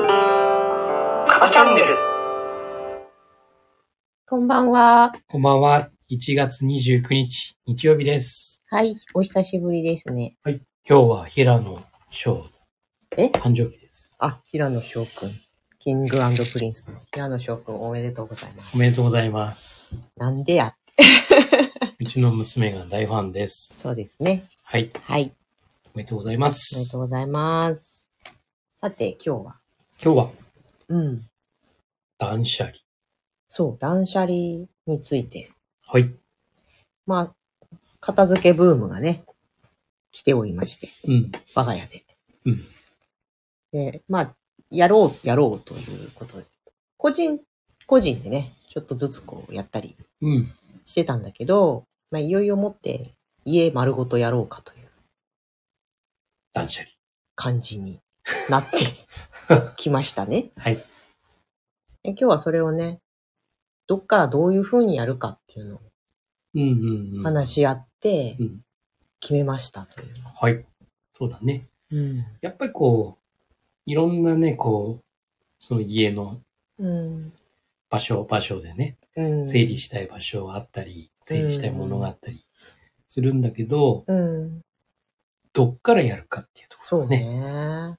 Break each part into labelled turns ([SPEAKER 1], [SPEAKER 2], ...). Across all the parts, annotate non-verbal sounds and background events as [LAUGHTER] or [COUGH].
[SPEAKER 1] カバチャンネル
[SPEAKER 2] こんばんは。
[SPEAKER 3] こんばんは。1月29日、日曜日です。
[SPEAKER 2] はい、お久しぶりですね。
[SPEAKER 3] 今日は平野翔。
[SPEAKER 2] え
[SPEAKER 3] 誕生日です。
[SPEAKER 2] あ、平野翔くん。キングプリンスの平野翔くんおめでとうございます。
[SPEAKER 3] おめでとうございます。
[SPEAKER 2] なんでや、
[SPEAKER 3] うちの娘が大ファンです。
[SPEAKER 2] そうですね。
[SPEAKER 3] はい。
[SPEAKER 2] はい、
[SPEAKER 3] おめでとうございま。
[SPEAKER 2] おめですとうございます。さて、今日は。
[SPEAKER 3] 今日は
[SPEAKER 2] うん。
[SPEAKER 3] 断捨離。
[SPEAKER 2] そう、断捨離について。
[SPEAKER 3] はい。
[SPEAKER 2] まあ、片付けブームがね、来ておりまして、
[SPEAKER 3] うん。
[SPEAKER 2] 我が家で。
[SPEAKER 3] うん。
[SPEAKER 2] で、まあ、やろう、やろうということで。個人、個人でね、ちょっとずつこうやったり
[SPEAKER 3] うん。
[SPEAKER 2] してたんだけど、まあ、いよいよもって家丸ごとやろうかという
[SPEAKER 3] 断捨離。
[SPEAKER 2] 感じにな
[SPEAKER 3] [LAUGHS]
[SPEAKER 2] ってきましたね。
[SPEAKER 3] はい。
[SPEAKER 2] で今日はそれをね、どっからどういう風にやるかっていうのを
[SPEAKER 3] うんうんうん。
[SPEAKER 2] 話し合って
[SPEAKER 3] うん
[SPEAKER 2] 決めましたという。
[SPEAKER 3] はい。そうだね。
[SPEAKER 2] うん。
[SPEAKER 3] やっぱりこう、いろんなね、こう、その家の
[SPEAKER 2] うん。
[SPEAKER 3] 場所、場所でね、
[SPEAKER 2] うん。
[SPEAKER 3] 整理したい場所があったり、整理したいものがあったりするんだけど、
[SPEAKER 2] うん。
[SPEAKER 3] どっからやるかっていうとこ
[SPEAKER 2] そう
[SPEAKER 3] ね
[SPEAKER 2] ね。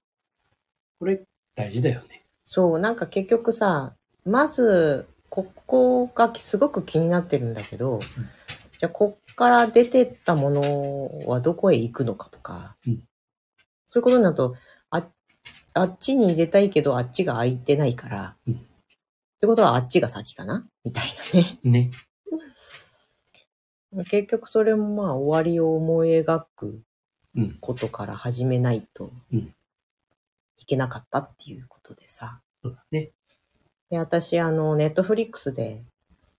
[SPEAKER 3] これ大事だよね。
[SPEAKER 2] そう、なんか結局さ、まず、ここがすごく気になってるんだけど、じゃあこっから出てったものはどこへ行くのかとか、
[SPEAKER 3] うん
[SPEAKER 2] そういうことになると、ああっちに入れたいけどあっちが空いてないから、
[SPEAKER 3] うん
[SPEAKER 2] ってことはあっちが先かなみたいなね。
[SPEAKER 3] ね。
[SPEAKER 2] 結局それもまあ終わりを思い描く
[SPEAKER 3] うん
[SPEAKER 2] ことから始めないと
[SPEAKER 3] うん
[SPEAKER 2] いけなかったっていうことでさ。
[SPEAKER 3] そうだね。
[SPEAKER 2] で、私、あの、ネットフリックスで、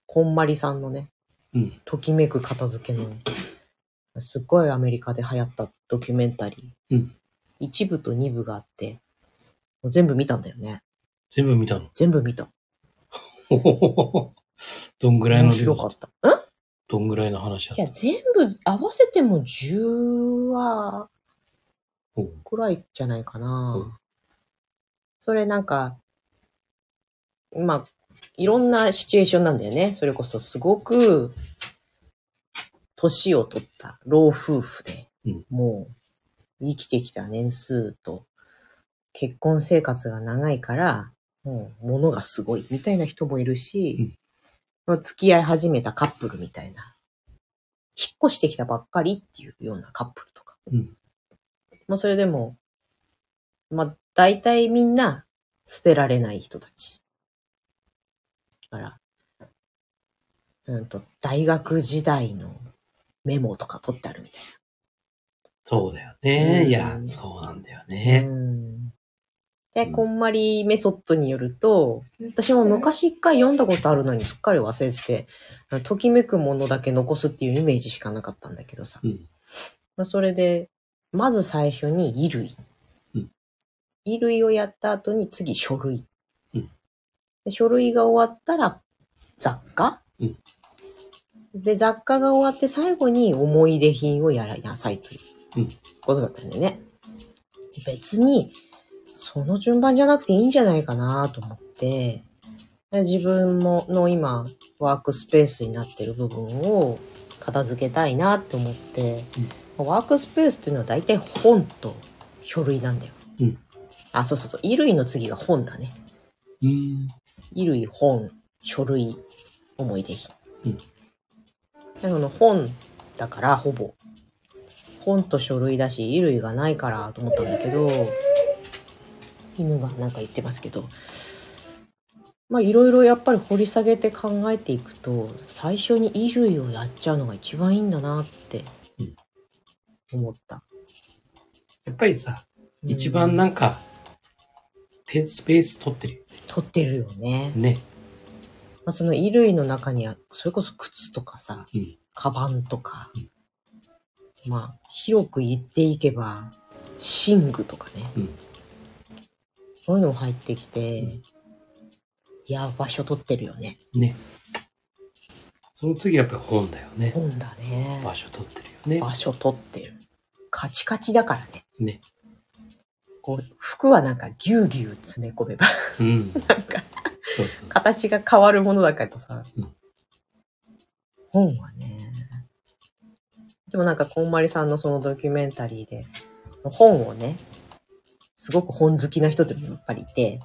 [SPEAKER 2] こんまりさんのね、
[SPEAKER 3] うん。
[SPEAKER 2] ときめく片付けの、すっごいアメリカで流行ったドキュメンタリー。
[SPEAKER 3] うん
[SPEAKER 2] 一部と二部があって、もう全部見たんだよね。
[SPEAKER 3] 全部見たの。 [LAUGHS]
[SPEAKER 2] 全部見た。
[SPEAKER 3] ほほほほほどんぐらいの
[SPEAKER 2] 面
[SPEAKER 3] 量
[SPEAKER 2] 白かった。ん
[SPEAKER 3] どんぐらいの話だっ
[SPEAKER 2] い
[SPEAKER 3] た
[SPEAKER 2] や、全部合わせても10話
[SPEAKER 3] ほう
[SPEAKER 2] くらいじゃないかな。
[SPEAKER 3] うん
[SPEAKER 2] それなんか、まあ、いろんなシチュエーションなんだよね。それこそすごく、年を取った老夫婦で、
[SPEAKER 3] うん
[SPEAKER 2] もう生きてきた年数と、結婚生活が長いから、もう物がすごいみたいな人もいるし、付き合い始めたカップルみたいな、引っ越してきたばっかりっていうようなカップルとか。
[SPEAKER 3] うん
[SPEAKER 2] まあそれでも、まあ大体みんな捨てられない人たち。だから、うんと、大学時代のメモとか取ってあるみたい
[SPEAKER 3] そうだよね。
[SPEAKER 2] うん
[SPEAKER 3] いや、そうなんだよ
[SPEAKER 2] な。
[SPEAKER 3] ね。
[SPEAKER 2] うんで、
[SPEAKER 3] うん
[SPEAKER 2] こんまりメソッドによると、私も昔一回読んだことあるのにすっかり忘れてて、あのときめくものだけ残すっていうイメージしかなかったんだけどさ。
[SPEAKER 3] うん。
[SPEAKER 2] まあ、それで、まず最初に衣類。
[SPEAKER 3] うん
[SPEAKER 2] 衣類をやった後に次書類。
[SPEAKER 3] うん
[SPEAKER 2] で書類が終わったら雑貨、
[SPEAKER 3] うん
[SPEAKER 2] で、雑貨が終わって最後に思い出品をやらなさいという
[SPEAKER 3] うん
[SPEAKER 2] ことだったんだよね。別に、その順番じゃなくていいんじゃないかなと思って、で自分もの今、ワークスペースになってる部分を片付けたいなと思って、ワークスペースっていうのは大体本と書類なんだよ。
[SPEAKER 3] うん
[SPEAKER 2] あ、そうそうそう。衣類の次が本だね。
[SPEAKER 3] うん。
[SPEAKER 2] 衣類、本、書類、思い出品。
[SPEAKER 3] うん
[SPEAKER 2] でその本だから、ほぼ。本と書類だし、衣類がないからと思ったんだけど、犬がなんか言ってますけど、まあいろいろやっぱり掘り下げて考えていくと、最初に衣類をやっちゃうのが一番いいんだなって
[SPEAKER 3] うん
[SPEAKER 2] 思った。
[SPEAKER 3] やっぱりさ、
[SPEAKER 2] うん
[SPEAKER 3] 一番なんか、ペスペース取ってる
[SPEAKER 2] 取ってるよね
[SPEAKER 3] よ。ね。
[SPEAKER 2] まあ、その衣類の中には、それこそ靴とかさ、
[SPEAKER 3] うん
[SPEAKER 2] カバンとか、まあ、広く言っていけば、寝具とかね、
[SPEAKER 3] うん
[SPEAKER 2] そういうのも入ってきて、いいや、場所取ってるよね。
[SPEAKER 3] ね。その次やっぱり本だよね。
[SPEAKER 2] 本だね。
[SPEAKER 3] 場所取ってるよね
[SPEAKER 2] 場。所取ってる。カチカチだからね。
[SPEAKER 3] ね。
[SPEAKER 2] こう、服はなんかぎゅうぎゅう詰め込めば、
[SPEAKER 3] うん。
[SPEAKER 2] なんか
[SPEAKER 3] そうそうそう。
[SPEAKER 2] 形が変わるものだからとさ、
[SPEAKER 3] うん
[SPEAKER 2] 本はね。でもなんか、こんまりさんのそのドキュメンタリーで、本をね、すごく本好きな人でもやっぱりいて、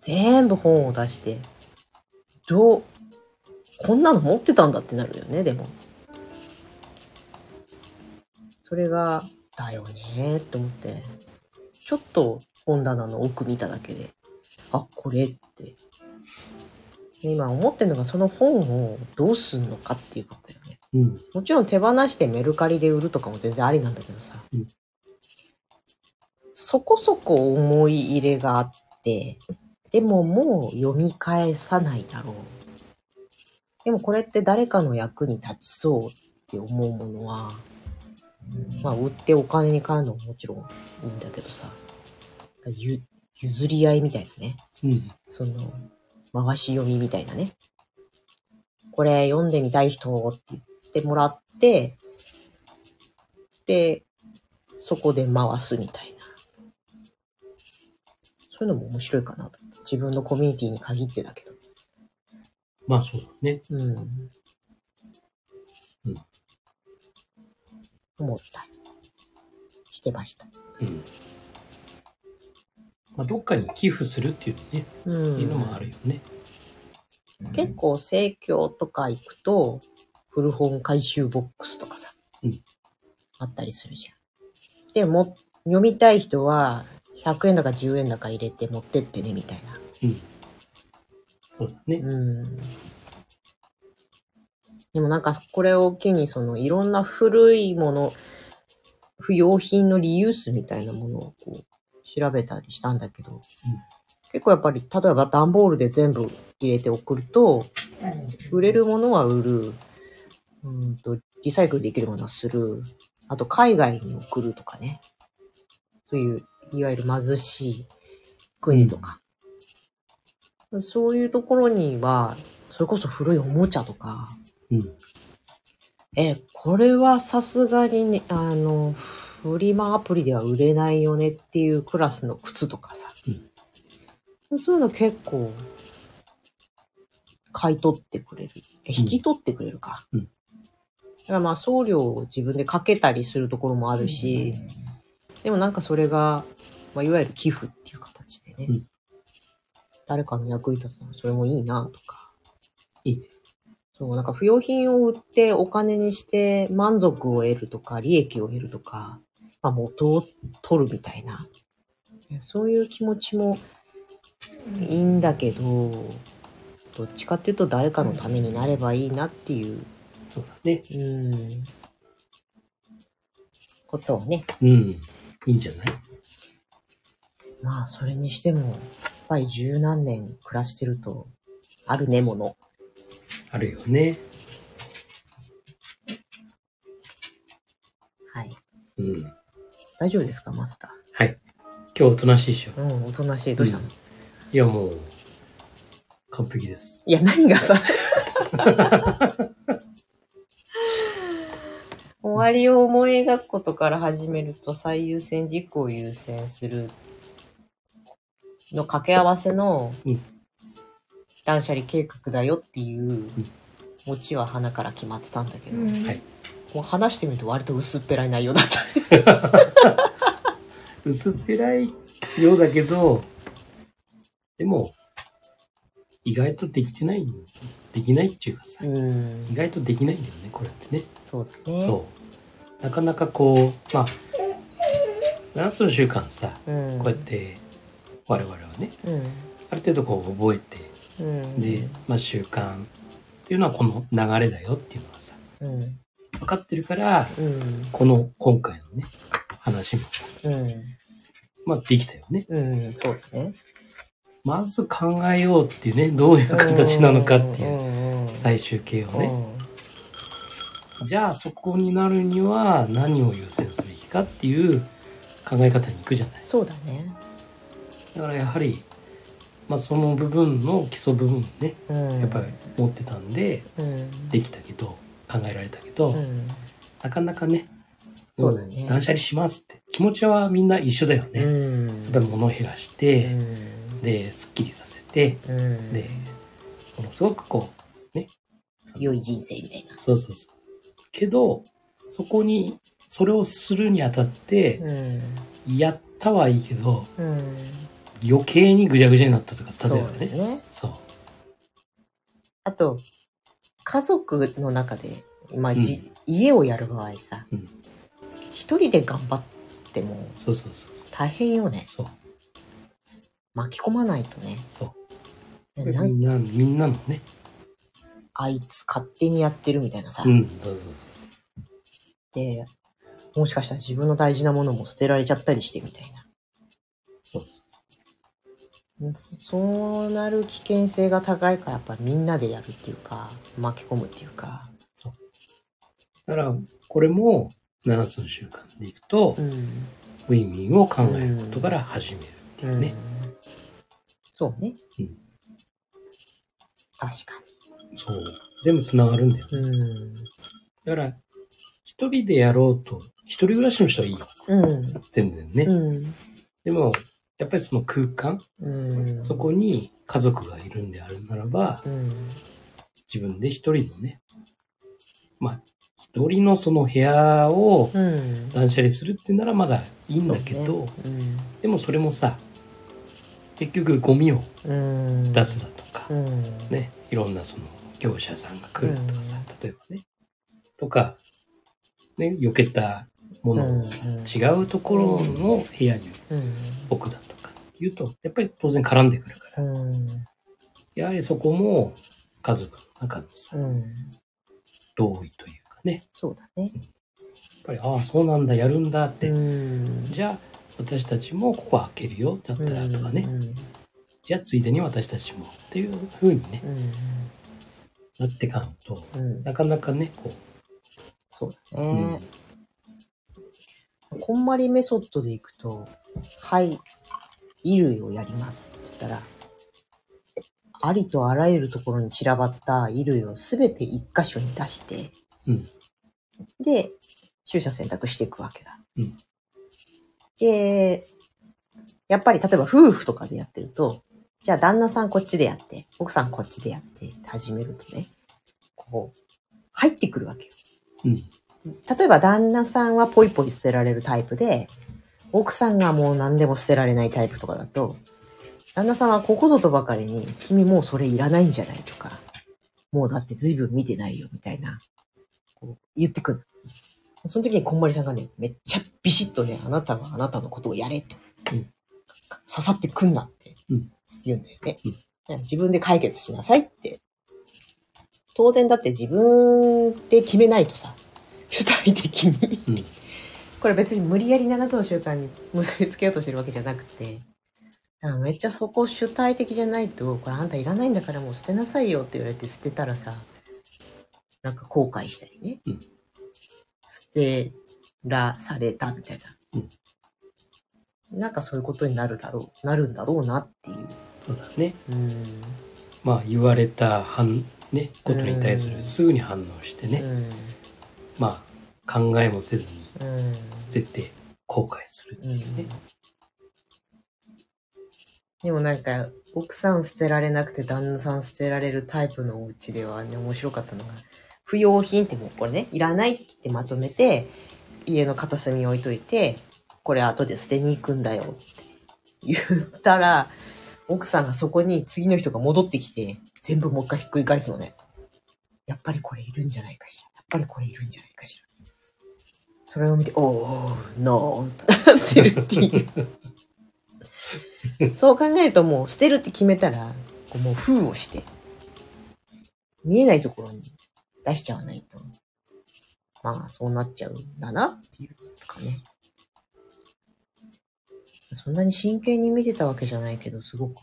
[SPEAKER 2] 全部本を出して、どう、こんなの持ってたんだってなるよね、でも。それが、だよねーって思って、ちょっと本棚の奥見ただけで、あ、これってで今思ってるのがその本をどうすんのかっていうことだよね。
[SPEAKER 3] うん。
[SPEAKER 2] もちろん手放してメルカリで売るとかも全然ありなんだけどさ。
[SPEAKER 3] うん
[SPEAKER 2] そこそこ思い入れがあって、でももう読み返さないだろう。でもこれって誰かの役に立ちそうって思うものは、まあ売ってお金に換えるのももちろんいいんだけどさ、ゆ譲り合いみたいなね。
[SPEAKER 3] うん。
[SPEAKER 2] その、回し読みみたいなね。これ読んでみたい人って言ってもらって、で、そこで回すみたいな。そういうのも面白いかなと。自分のコミュニティに限ってだけど。
[SPEAKER 3] まあそうだね。
[SPEAKER 2] うん。
[SPEAKER 3] うん。
[SPEAKER 2] 思ったりしてました。
[SPEAKER 3] うん。まあどっかに寄付するっていうね、
[SPEAKER 2] うん。
[SPEAKER 3] いうのもあるよね。
[SPEAKER 2] 結構生協とか行くと、古本回収ボックスとかさ、
[SPEAKER 3] うん
[SPEAKER 2] あったりするじゃん。でも、読みたい人は、100円だか10円だか入れて持ってってね、みたいな。
[SPEAKER 3] うん。そうだね。
[SPEAKER 2] うん。でもなんか、これを機に、その、いろんな古いもの、不用品のリユースみたいなものをこう、調べたりしたんだけど、結構やっぱり、例えば段ボールで全部入れて送ると、売れるものは売る、うんと、リサイクルできるものはする、あと海外に送るとかね。そういう、いわゆる貧しい国とか。そういうところには、それこそ古いおもちゃとか、
[SPEAKER 3] うん。
[SPEAKER 2] え、これはさすがにね、あの、フリマアプリでは売れないよねっていうクラスの靴とかさ。そういうの結構、買い取ってくれる。え、
[SPEAKER 3] ん
[SPEAKER 2] 引き取ってくれるか。
[SPEAKER 3] うん
[SPEAKER 2] だからまあ送料を自分でかけたりするところもあるし、でもなんかそれが、まあ、いわゆる寄付っていう形でね、
[SPEAKER 3] うん
[SPEAKER 2] 誰かの役に立つのはそれもいいなとか。
[SPEAKER 3] いいね。
[SPEAKER 2] そう、なんか不要品を売ってお金にして満足を得るとか、利益を得るとか、まあ、元を取るみたいな、そういう気持ちもいいんだけど、どっちかっていうと誰かのためになればいいなっていう、
[SPEAKER 3] そうだね。
[SPEAKER 2] うん、ことをね、
[SPEAKER 3] うん。いいんじゃない
[SPEAKER 2] まあ、それにしても、やっぱり十何年暮らしてると、あるね、もの。
[SPEAKER 3] あるよね。
[SPEAKER 2] はい。
[SPEAKER 3] うん。
[SPEAKER 2] 大丈夫ですか、マスタ
[SPEAKER 3] はい。今日おとなしいでしょ。
[SPEAKER 2] ー。うん、おとなしい。どうしたの、
[SPEAKER 3] うんいや、もう、完璧です。
[SPEAKER 2] いや、何がさ。 [LAUGHS] 終わりを思い描くことから始めると最優先事項を優先するの掛け合わせの
[SPEAKER 3] うん
[SPEAKER 2] 断捨離計画だよっていうオチは鼻から決まってたんだけど、
[SPEAKER 4] うん
[SPEAKER 3] はい。
[SPEAKER 2] もう話してみると割と薄っぺらい内容だった。
[SPEAKER 3] [LAUGHS] 薄っぺらいようだけど、でも、意外とできてない、できないっていうかさ、
[SPEAKER 2] うん
[SPEAKER 3] 意外とできないんだよね、これってね。
[SPEAKER 2] そうだね。
[SPEAKER 3] そう。なかなかこう、まあ、7つの習慣さ、
[SPEAKER 2] う。ん、
[SPEAKER 3] こうやって、我々はね、
[SPEAKER 2] うん。
[SPEAKER 3] ある程度こう覚えて、
[SPEAKER 2] うん。
[SPEAKER 3] で、まあ習慣っていうのはこの流れだよっていうのはさ、
[SPEAKER 2] うん。
[SPEAKER 3] 分かってるから、
[SPEAKER 2] うん。
[SPEAKER 3] この今回のね、話も、
[SPEAKER 2] うん。
[SPEAKER 3] まあできたよね。
[SPEAKER 2] うん。そうだね。
[SPEAKER 3] まず考えようっていうね、どういう形なのかっていう
[SPEAKER 2] うん。うん
[SPEAKER 3] 最終形をね。じゃあそこになるには何を優先すべきかっていう考え方に行くじゃない。
[SPEAKER 2] そうだね。
[SPEAKER 3] だからやはりまあ、その部分の基礎部分ね
[SPEAKER 2] うん
[SPEAKER 3] やっぱり持ってたんで
[SPEAKER 2] うん
[SPEAKER 3] できたけど考えられたけど、
[SPEAKER 2] うん
[SPEAKER 3] なかなかね
[SPEAKER 2] そうだね
[SPEAKER 3] 断捨離しますって気持ちはみんな一緒だよ
[SPEAKER 2] う
[SPEAKER 3] ね、や
[SPEAKER 2] ん
[SPEAKER 3] っぱり物を減らし
[SPEAKER 2] う
[SPEAKER 3] て、
[SPEAKER 2] ん
[SPEAKER 3] で、すっきりさせて、
[SPEAKER 2] うん
[SPEAKER 3] で、ものすごくこ、
[SPEAKER 2] 良い人生みたいう
[SPEAKER 3] そうそうそう。けど、そこに、それをするにあたって、
[SPEAKER 2] な
[SPEAKER 3] やったはいいけど、
[SPEAKER 2] うんうん
[SPEAKER 3] 余計にぐちゃぐちゃになったとか、
[SPEAKER 2] そう
[SPEAKER 3] 例えば
[SPEAKER 2] だ
[SPEAKER 3] ね。
[SPEAKER 2] ね
[SPEAKER 3] そう。
[SPEAKER 2] あと家族の中で、まあ
[SPEAKER 3] うん
[SPEAKER 2] じ家をやる場合さ、
[SPEAKER 3] うん
[SPEAKER 2] 一人で頑張っても
[SPEAKER 3] そうそうそう。
[SPEAKER 2] 大変よね
[SPEAKER 3] そう。
[SPEAKER 2] 巻き込まないとね
[SPEAKER 3] そう。
[SPEAKER 2] な
[SPEAKER 3] み
[SPEAKER 2] ん
[SPEAKER 3] んな、みんなのね。
[SPEAKER 2] あいつ勝手にやってるみたいなさ、
[SPEAKER 3] うん。そうそう
[SPEAKER 2] でもしかしたら自分の大事なものも捨てられちゃったりしてみたいな
[SPEAKER 3] そう。そうそう
[SPEAKER 2] そそうなる危険性が高いからやっぱみんなでやるっていうか巻き込むっていうか
[SPEAKER 3] だから、これも、7つの習慣でいくと、
[SPEAKER 2] うん
[SPEAKER 3] ウィンウィンを考えることから始めるっていうね。
[SPEAKER 2] そうね、
[SPEAKER 3] うん
[SPEAKER 2] 確か
[SPEAKER 3] そう。全部つながるんだよね。
[SPEAKER 2] にうん
[SPEAKER 3] だから、一人でやろうと、一人暮らしの人はいいよ。
[SPEAKER 2] うん
[SPEAKER 3] 全然ね。
[SPEAKER 2] うん
[SPEAKER 3] でも、やっぱりその空間、
[SPEAKER 2] うん
[SPEAKER 3] そこに家族がいるんであるならば、
[SPEAKER 2] うん
[SPEAKER 3] 自分で一人のね、まあ、一人のその部屋を
[SPEAKER 2] うん
[SPEAKER 3] 断捨離するってならまだいいんだけ
[SPEAKER 2] そ
[SPEAKER 3] ど、
[SPEAKER 2] うん
[SPEAKER 3] でもそれもさ、結局ゴミを
[SPEAKER 2] うん
[SPEAKER 3] 出すだとか、
[SPEAKER 2] うん
[SPEAKER 3] ね、いろんなその業者さんが来るとかさ、
[SPEAKER 2] うん
[SPEAKER 3] 例えばね、とか、ね、避けたものをさ
[SPEAKER 2] うんうん
[SPEAKER 3] 違うところの部屋に
[SPEAKER 2] うん
[SPEAKER 3] 置くだとかっていうと、やっぱり当然絡んでくるから、
[SPEAKER 2] うん
[SPEAKER 3] やはりそこも家族の中のさ、
[SPEAKER 2] うん
[SPEAKER 3] 同意というかね、
[SPEAKER 2] そうだね
[SPEAKER 3] やっぱり、ああ、そうなんだ、やるんだって、
[SPEAKER 2] うん
[SPEAKER 3] じゃあ、私たちもここ開けるよだったらとかね、
[SPEAKER 2] うん
[SPEAKER 3] じゃあついでに私たちもっていう風にね、
[SPEAKER 2] うん
[SPEAKER 3] なってかんと、
[SPEAKER 2] うん
[SPEAKER 3] なかなかね、こ
[SPEAKER 2] そうだ
[SPEAKER 3] う、うん
[SPEAKER 2] ね、こんまりメソッドでいくと、はい、衣類をやりますって言ったら、ありとあらゆるところに散らばった衣類をすべて一箇所に出して、
[SPEAKER 3] うん
[SPEAKER 2] で、取捨選択していくわけだ。
[SPEAKER 3] うん
[SPEAKER 2] で、やっぱり例えば夫婦とかでやってると、じゃあ旦那さんこっちでやって、奥さんこっちでやってって始めるとね、こう、入ってくるわけよ。
[SPEAKER 3] うん、
[SPEAKER 2] 例えば旦那さんはポイポイ捨てられるタイプで、奥さんがもう何でも捨てられないタイプとかだと、旦那さんはここぞとばかりに、君もうそれいらないんじゃないとか、もうだって随分見てないよみたいな、こう言ってくる。その時にこんまりさんがね、めっちゃビシッとね、あなたはあなたのことをやれと。
[SPEAKER 3] うん
[SPEAKER 2] 刺さってくんなって
[SPEAKER 3] うん
[SPEAKER 2] 言うんだよね。
[SPEAKER 3] うん
[SPEAKER 2] だから自分で解決しなさいって。当然だって自分で決めないとさ、主体的に
[SPEAKER 3] うん、
[SPEAKER 2] これ別に無理やり7つの習慣に結びつけようとしてるわけじゃなくて、だからめっちゃそこ主体的じゃないと、これあんたいらないんだからもう捨てなさいよって言われて捨てたらさ、なんか後悔したりね、
[SPEAKER 3] うん
[SPEAKER 2] 捨てらされたみたいな、なんかそういうことになるだろう、なるんだろうなっていう。
[SPEAKER 3] そうだね。
[SPEAKER 2] うん。
[SPEAKER 3] まあ、言われた反、ね、ことに対す
[SPEAKER 2] うん
[SPEAKER 3] るすぐに反応してね、まあ、考えもせずに
[SPEAKER 2] うん。うん。
[SPEAKER 3] 捨てて後悔するっていうね。
[SPEAKER 2] でもなんか奥さん捨てられなくて旦那さん捨てられるタイプのお家ではね面白かったのが不要品ってもうこれねいらないって言ってまとめて家の片隅に置いといてこれ後で捨てに行くんだよって言ったら奥さんがそこに次の人が戻ってきて全部もう一回ひっくり返すのねやっぱりこれいるんじゃないかしらやっぱりこれいるんじゃないかしらそれを見て「おーノー」ってなってるっていう。そう考えるともう捨てるって決めたら、こうもう封をして、見えないところに出しちゃわないと、まあそうなっちゃうんだなっていうかね。そんなに真剣に見てたわけじゃないけど、すごく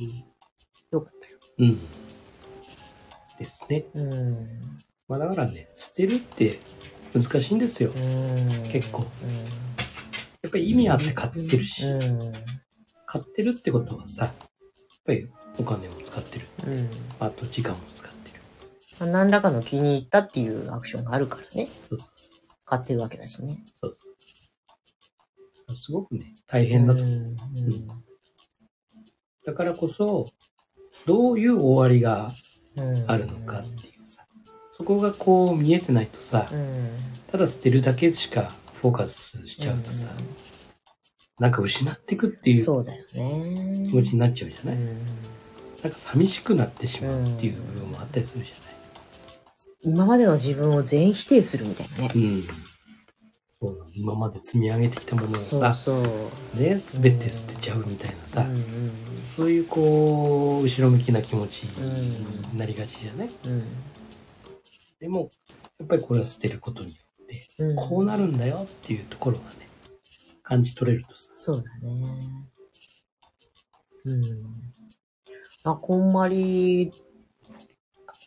[SPEAKER 2] 良かっ
[SPEAKER 3] うん。ですね。
[SPEAKER 2] たよ。うん。
[SPEAKER 3] まあ、だからね、捨てるって難しいんですよ。
[SPEAKER 2] うん。
[SPEAKER 3] 結構やっぱり意味あって買ってるし、
[SPEAKER 2] うん。うん。
[SPEAKER 3] 買ってるってことはさ、やっぱりお金を使ってる
[SPEAKER 2] うん。
[SPEAKER 3] あと時間も使ってる
[SPEAKER 2] まあ、何らかの気に入ったっていうアクションがあるからね。
[SPEAKER 3] そうそうそう
[SPEAKER 2] 買ってるわけだしね。
[SPEAKER 3] そうそうすごくね大変だ
[SPEAKER 2] う
[SPEAKER 3] と、
[SPEAKER 2] ん
[SPEAKER 3] だからこそどういう終わりが
[SPEAKER 2] うんうん
[SPEAKER 3] あるのかっていうさそこがこう見えてないとさ
[SPEAKER 2] うん。
[SPEAKER 3] ただ捨てるだけしかフォーカスしちゃうとさ、なんか失っていくって
[SPEAKER 2] う
[SPEAKER 3] い
[SPEAKER 2] ん
[SPEAKER 3] う
[SPEAKER 2] そうだよね。
[SPEAKER 3] 気持ちになっちゃうじゃない、
[SPEAKER 2] うん
[SPEAKER 3] なんか寂しくなってしまうっていう部分もあったりするじゃない
[SPEAKER 2] 今までの自分を全否定するみたいなね。
[SPEAKER 3] うん。そうなの今まで積み上げてきたものを
[SPEAKER 2] そう
[SPEAKER 3] さ、
[SPEAKER 2] そう。
[SPEAKER 3] ね、全て捨てちゃうみたいなさ、
[SPEAKER 2] うん
[SPEAKER 3] そういうこう、後ろ向きな気持ちになりがちじゃない、
[SPEAKER 2] うん
[SPEAKER 3] でも、やっぱりこれは捨てることによって、
[SPEAKER 2] うんうん
[SPEAKER 3] こうなるんだよっていうところがね、感じ取れるとさ、
[SPEAKER 2] そうだね。うん。あ、こんまり、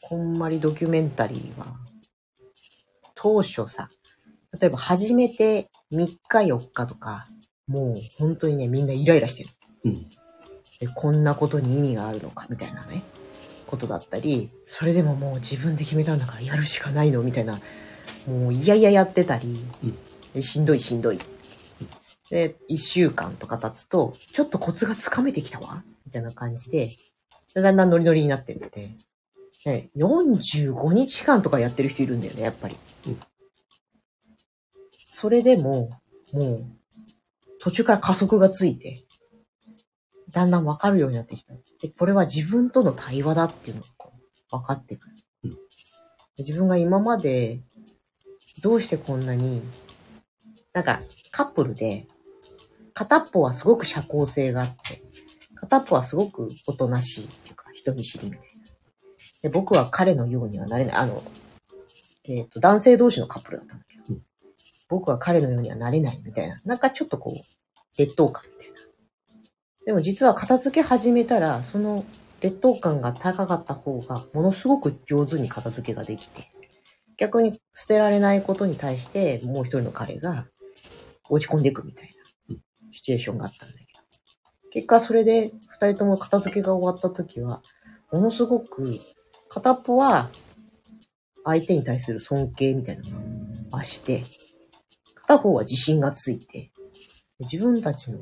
[SPEAKER 2] こんまりドキュメンタリーは、当初さ、例えば初めて3日4日とか、もう本当にね、みんなイライラしてる。
[SPEAKER 3] うん。
[SPEAKER 2] でこんなことに意味があるのか、みたいなね、ことだったり、それでももう自分で決めたんだからやるしかないの、みたいな、もういやいややってたり、
[SPEAKER 3] うん
[SPEAKER 2] でしんどいしんどい。で、1週間とか経つと、ちょっとコツがつかめてきたわ、みたいな感じで、でだんだんノリノリになってるって。ね、45日間とかやってる人いるんだよね、やっぱり
[SPEAKER 3] うん。
[SPEAKER 2] それでも、もう、途中から加速がついて、だんだんわかるようになってきた。で、これは自分との対話だっていうのがこう分かってくる
[SPEAKER 3] うん。
[SPEAKER 2] で自分が今まで、どうしてこんなに、なんか、カップルで、片っぽはすごく社交性があって、片っぽはすごくおとなしいっていうか、人見知りみたいな。で、僕は彼のようにはなれない。あの、えっ、と、男性同士のカップルだったんだけど、
[SPEAKER 3] うん
[SPEAKER 2] 僕は彼のようにはなれないみたいな。なんかちょっとこう、劣等感みたいな。でも実は片付け始めたら、その劣等感が高かった方が、ものすごく上手に片付けができて、逆に捨てられないことに対して、もう一人の彼が落ち込んでいくみたいなシチュエーションがあったんだけど。結果それで二人とも片付けが終わった時は、ものすごく片っぽは相手に対する尊敬みたいなのが増して、片方は自信がついて、自分たちの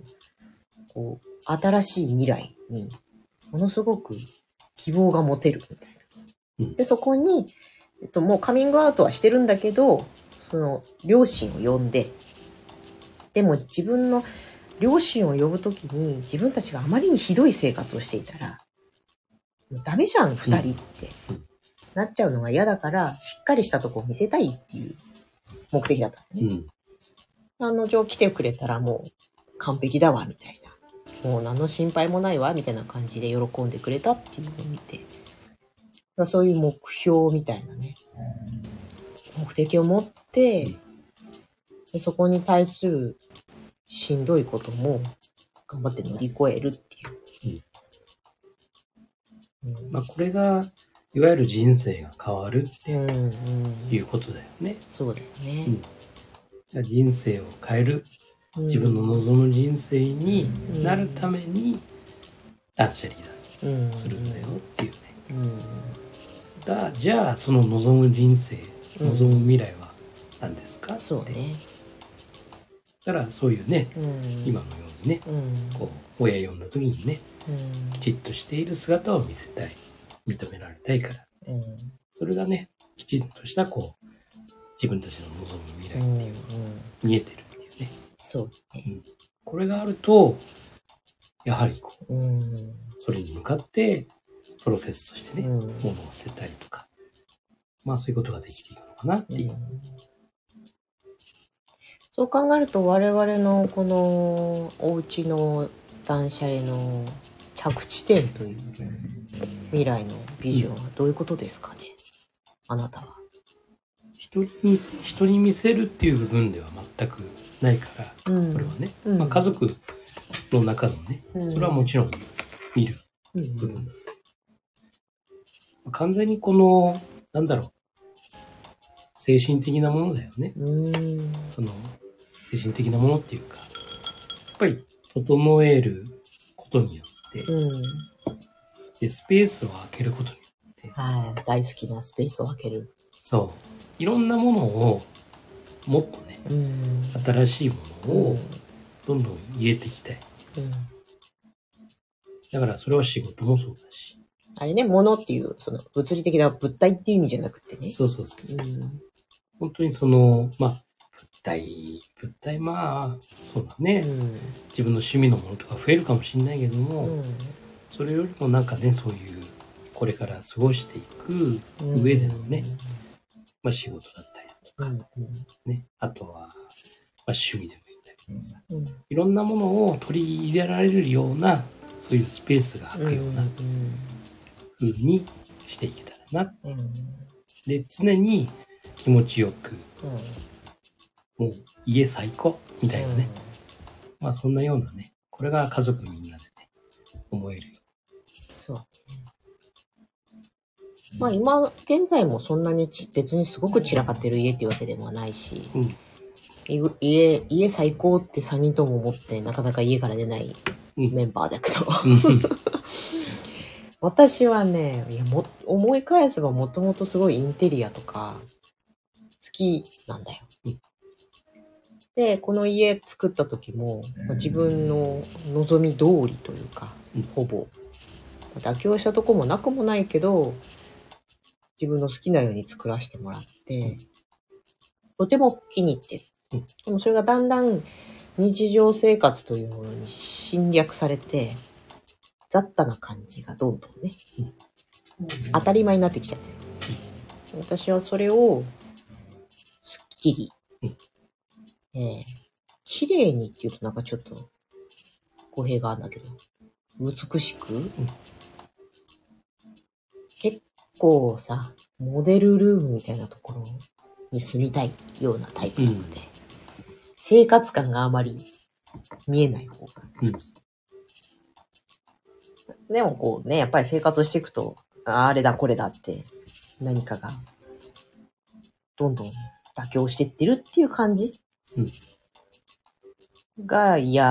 [SPEAKER 2] こう新しい未来にものすごく希望が持てるみたいうな。
[SPEAKER 3] ん
[SPEAKER 2] で、そこに、えっと、もうカミングアウトはしてるんだけど、その両親を呼んで、でも自分の両親を呼ぶときに自分たちがあまりにひどい生活をしていたら、もうダメじゃん、二人って、
[SPEAKER 3] うんうん
[SPEAKER 2] なっちゃうのが嫌だから、しっかりしたとこを見せたいっていう目的だったんです
[SPEAKER 3] う
[SPEAKER 2] ね。
[SPEAKER 3] ん。
[SPEAKER 2] 案の定来てくれたらもう完璧だわ、みたいな。もう何の心配もないわ、みたいな感じで喜んでくれたっていうのを見て。まあそういう目標みたいなね。目的を持って、でそこに対するしんどいことも頑張って乗り越えるっていう。うん
[SPEAKER 3] まあこれが、いわゆる人生が変わる
[SPEAKER 2] うんうん、
[SPEAKER 3] っていうことだよね。
[SPEAKER 2] そうだよね。
[SPEAKER 3] じゃあ人生を変える、
[SPEAKER 2] うん
[SPEAKER 3] 自分の望む人生になるために、断捨離だ、するんだよっていうね。
[SPEAKER 2] うんうん
[SPEAKER 3] だじゃあその望む人生
[SPEAKER 2] うん
[SPEAKER 3] 望む未来は何ですか、
[SPEAKER 2] そうね。
[SPEAKER 3] だからそういうね
[SPEAKER 2] うん、
[SPEAKER 3] 今のようにね
[SPEAKER 2] うん、
[SPEAKER 3] こう親呼んだ時にねき
[SPEAKER 2] う
[SPEAKER 3] ちっとしている姿を見せたい認められたいから
[SPEAKER 2] ん、うん、
[SPEAKER 3] それがねきちっとしたこう自分たちの望む未来
[SPEAKER 2] うん、
[SPEAKER 3] 見えてるっていうね
[SPEAKER 2] そうね。
[SPEAKER 3] これがあるとやはりこう
[SPEAKER 2] うん、
[SPEAKER 3] それに向かってプロセスとしてね、
[SPEAKER 2] うん
[SPEAKER 3] 物を捨てたりとかまあそういうことができていくのかなっていう、
[SPEAKER 2] そう考えると我々のこのお家の断捨離の着地点という未来のビジョンはどういうことですかね、あなたは。
[SPEAKER 3] 人に見せ人に見せるっていう部分では全くないから
[SPEAKER 2] うん
[SPEAKER 3] これはね、
[SPEAKER 2] うん
[SPEAKER 3] まあ、家族の中のね、
[SPEAKER 2] うん
[SPEAKER 3] それはもちろん見る
[SPEAKER 2] うん
[SPEAKER 3] 部分、完全にこのなんだろう精神的なものだよね
[SPEAKER 2] うん
[SPEAKER 3] その精神的なものっていうかやっぱり整えることによって
[SPEAKER 2] うん
[SPEAKER 3] 自で、スペースを空けることに、
[SPEAKER 2] はい。大好きなスペースを空ける。
[SPEAKER 3] そう、いろんなものを、もっとね、
[SPEAKER 2] うん。
[SPEAKER 3] 新しいもの
[SPEAKER 2] う
[SPEAKER 3] を
[SPEAKER 2] ん
[SPEAKER 3] どんどん入れていきたい。
[SPEAKER 2] うん
[SPEAKER 3] だからそれは仕事もそうだし。
[SPEAKER 2] あれね、物っていう、その物理的な物体っていう意味じゃなくてね。
[SPEAKER 3] そうそうそう
[SPEAKER 2] う
[SPEAKER 3] そう。
[SPEAKER 2] ん。
[SPEAKER 3] 本当にその、まあ、物体、物体、まあ、そうだね。
[SPEAKER 2] う
[SPEAKER 3] 自分の趣味のものとか増えるかもしれないけども、
[SPEAKER 2] ん。
[SPEAKER 3] それよりもなんかね、そういう、これから過ごしていく、
[SPEAKER 2] うん。
[SPEAKER 3] 上でのねまあ仕事だったり
[SPEAKER 2] うん。
[SPEAKER 3] ね。あとは、まあ趣味でもいいんだけどさ。
[SPEAKER 2] うん。うん。
[SPEAKER 3] いろんなものを取り入れられるような、そういうスペースが空くような
[SPEAKER 2] うん
[SPEAKER 3] 風にしていけたらな。
[SPEAKER 2] うんうん
[SPEAKER 3] で、常に気持ちよく、もう家最高みたいなね、まあそんなようなねこれが家族みんなでね思えるよ
[SPEAKER 2] そう。まあ今現在もそんなにち別にすごく散らかってる家っていうわけでもないし、
[SPEAKER 3] うん
[SPEAKER 2] い家、家最高って3人とも思ってなかなか家から出ない
[SPEAKER 3] うん
[SPEAKER 2] メンバーだけど、
[SPEAKER 3] うん
[SPEAKER 2] 私はね、いやも思い返せばもともとすごいインテリアとか好きなんだよ
[SPEAKER 3] うん。
[SPEAKER 2] で、この家作った時も、まあ自分の望み通りというか
[SPEAKER 3] うん、
[SPEAKER 2] ほぼ。妥協したとこもなくもないけど、自分の好きなように作らせてもらって、とても気に入ってる
[SPEAKER 3] うん。
[SPEAKER 2] でもそれがだんだん日常生活というものに侵略されて、雑多な感じがどんどんね、当たり前になってきちゃってる私はそれをすっきり、ええ綺麗にっていうとなんかちょっと語弊があるんだけど美しく、結構さモデルルームみたいなところに住みたいようなタイプなので、生活感があまり見えない方が好き、でもこうね、やっぱり生活していくと、ああれだこれだって、何かが、どんどん妥協してってるっていう感じ、が嫌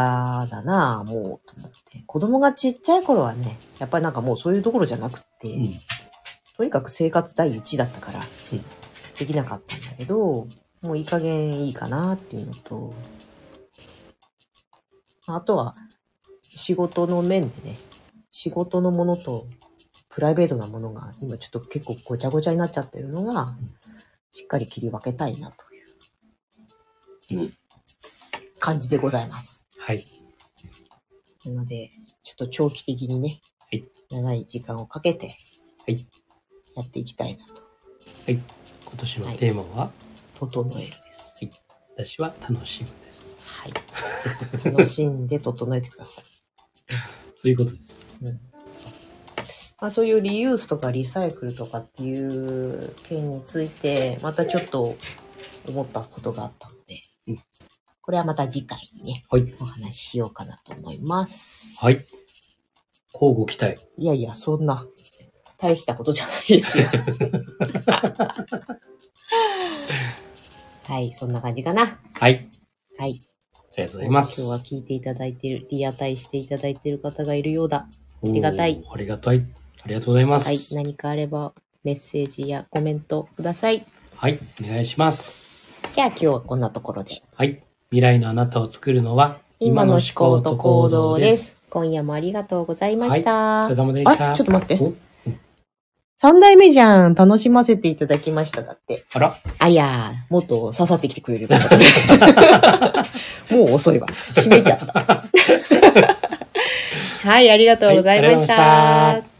[SPEAKER 2] だなあもう、と思って。子供がちっちゃい頃はね、やっぱりなんかもうそういうところじゃなくって、
[SPEAKER 3] うん
[SPEAKER 2] とにかく生活第一だったから、できなかったんだけど、もういい加減いいかなっていうのと、あとは、仕事の面でね、仕事のものとプライベートなものが今ちょっと結構ごちゃごちゃになっちゃってるのが、しっかり切り分けたいなという感じでございます。
[SPEAKER 3] はい
[SPEAKER 2] なので、ちょっと長期的にね、
[SPEAKER 3] はい
[SPEAKER 2] 長い時間をかけて、
[SPEAKER 3] はい
[SPEAKER 2] やっていきたいなと。
[SPEAKER 3] 今年のテーマは、
[SPEAKER 2] 整えるです。
[SPEAKER 3] 私は楽しむです
[SPEAKER 2] はい。 [LAUGHS] 楽しんで整えてください。
[SPEAKER 3] そういうことです
[SPEAKER 2] まあ、そういうリユースとかリサイクルとかっていう件について、またちょっと思ったことがあったので、
[SPEAKER 3] うん
[SPEAKER 2] これはまた次回にね、
[SPEAKER 3] はい
[SPEAKER 2] お話ししようかなと思います。
[SPEAKER 3] はい交互期待
[SPEAKER 2] いやいや、そんな、大したことじゃないですよ。はい、そんな感じかな。
[SPEAKER 3] はい
[SPEAKER 2] はい。
[SPEAKER 3] ありがとうございます
[SPEAKER 2] 今日は聞いていただいている、リアタイしていただいている方がいるようだ。
[SPEAKER 3] あ
[SPEAKER 2] りがたい
[SPEAKER 3] ありがたいありがとうございま
[SPEAKER 2] はい、
[SPEAKER 3] す
[SPEAKER 2] 何かあればメッセージやコメントください。
[SPEAKER 3] はい、お願いします
[SPEAKER 2] じゃあ今日はこんなところで。
[SPEAKER 3] はい未来のあなたを作るのは
[SPEAKER 2] 今の思考と行動で
[SPEAKER 3] 今
[SPEAKER 2] す。今夜もありがとうございました。
[SPEAKER 3] の思考と行動ですお疲れ様でした
[SPEAKER 2] あちょっと待って
[SPEAKER 3] お
[SPEAKER 2] 三代目じゃん。楽しませていただきました。だって。
[SPEAKER 3] あら
[SPEAKER 2] あいやー、もっと刺さってきてくれればよか [LAUGHS] った。もう遅いわ。 [LAUGHS] 閉めちゃった。はい、ありがとうございました。
[SPEAKER 3] はいありがとうございました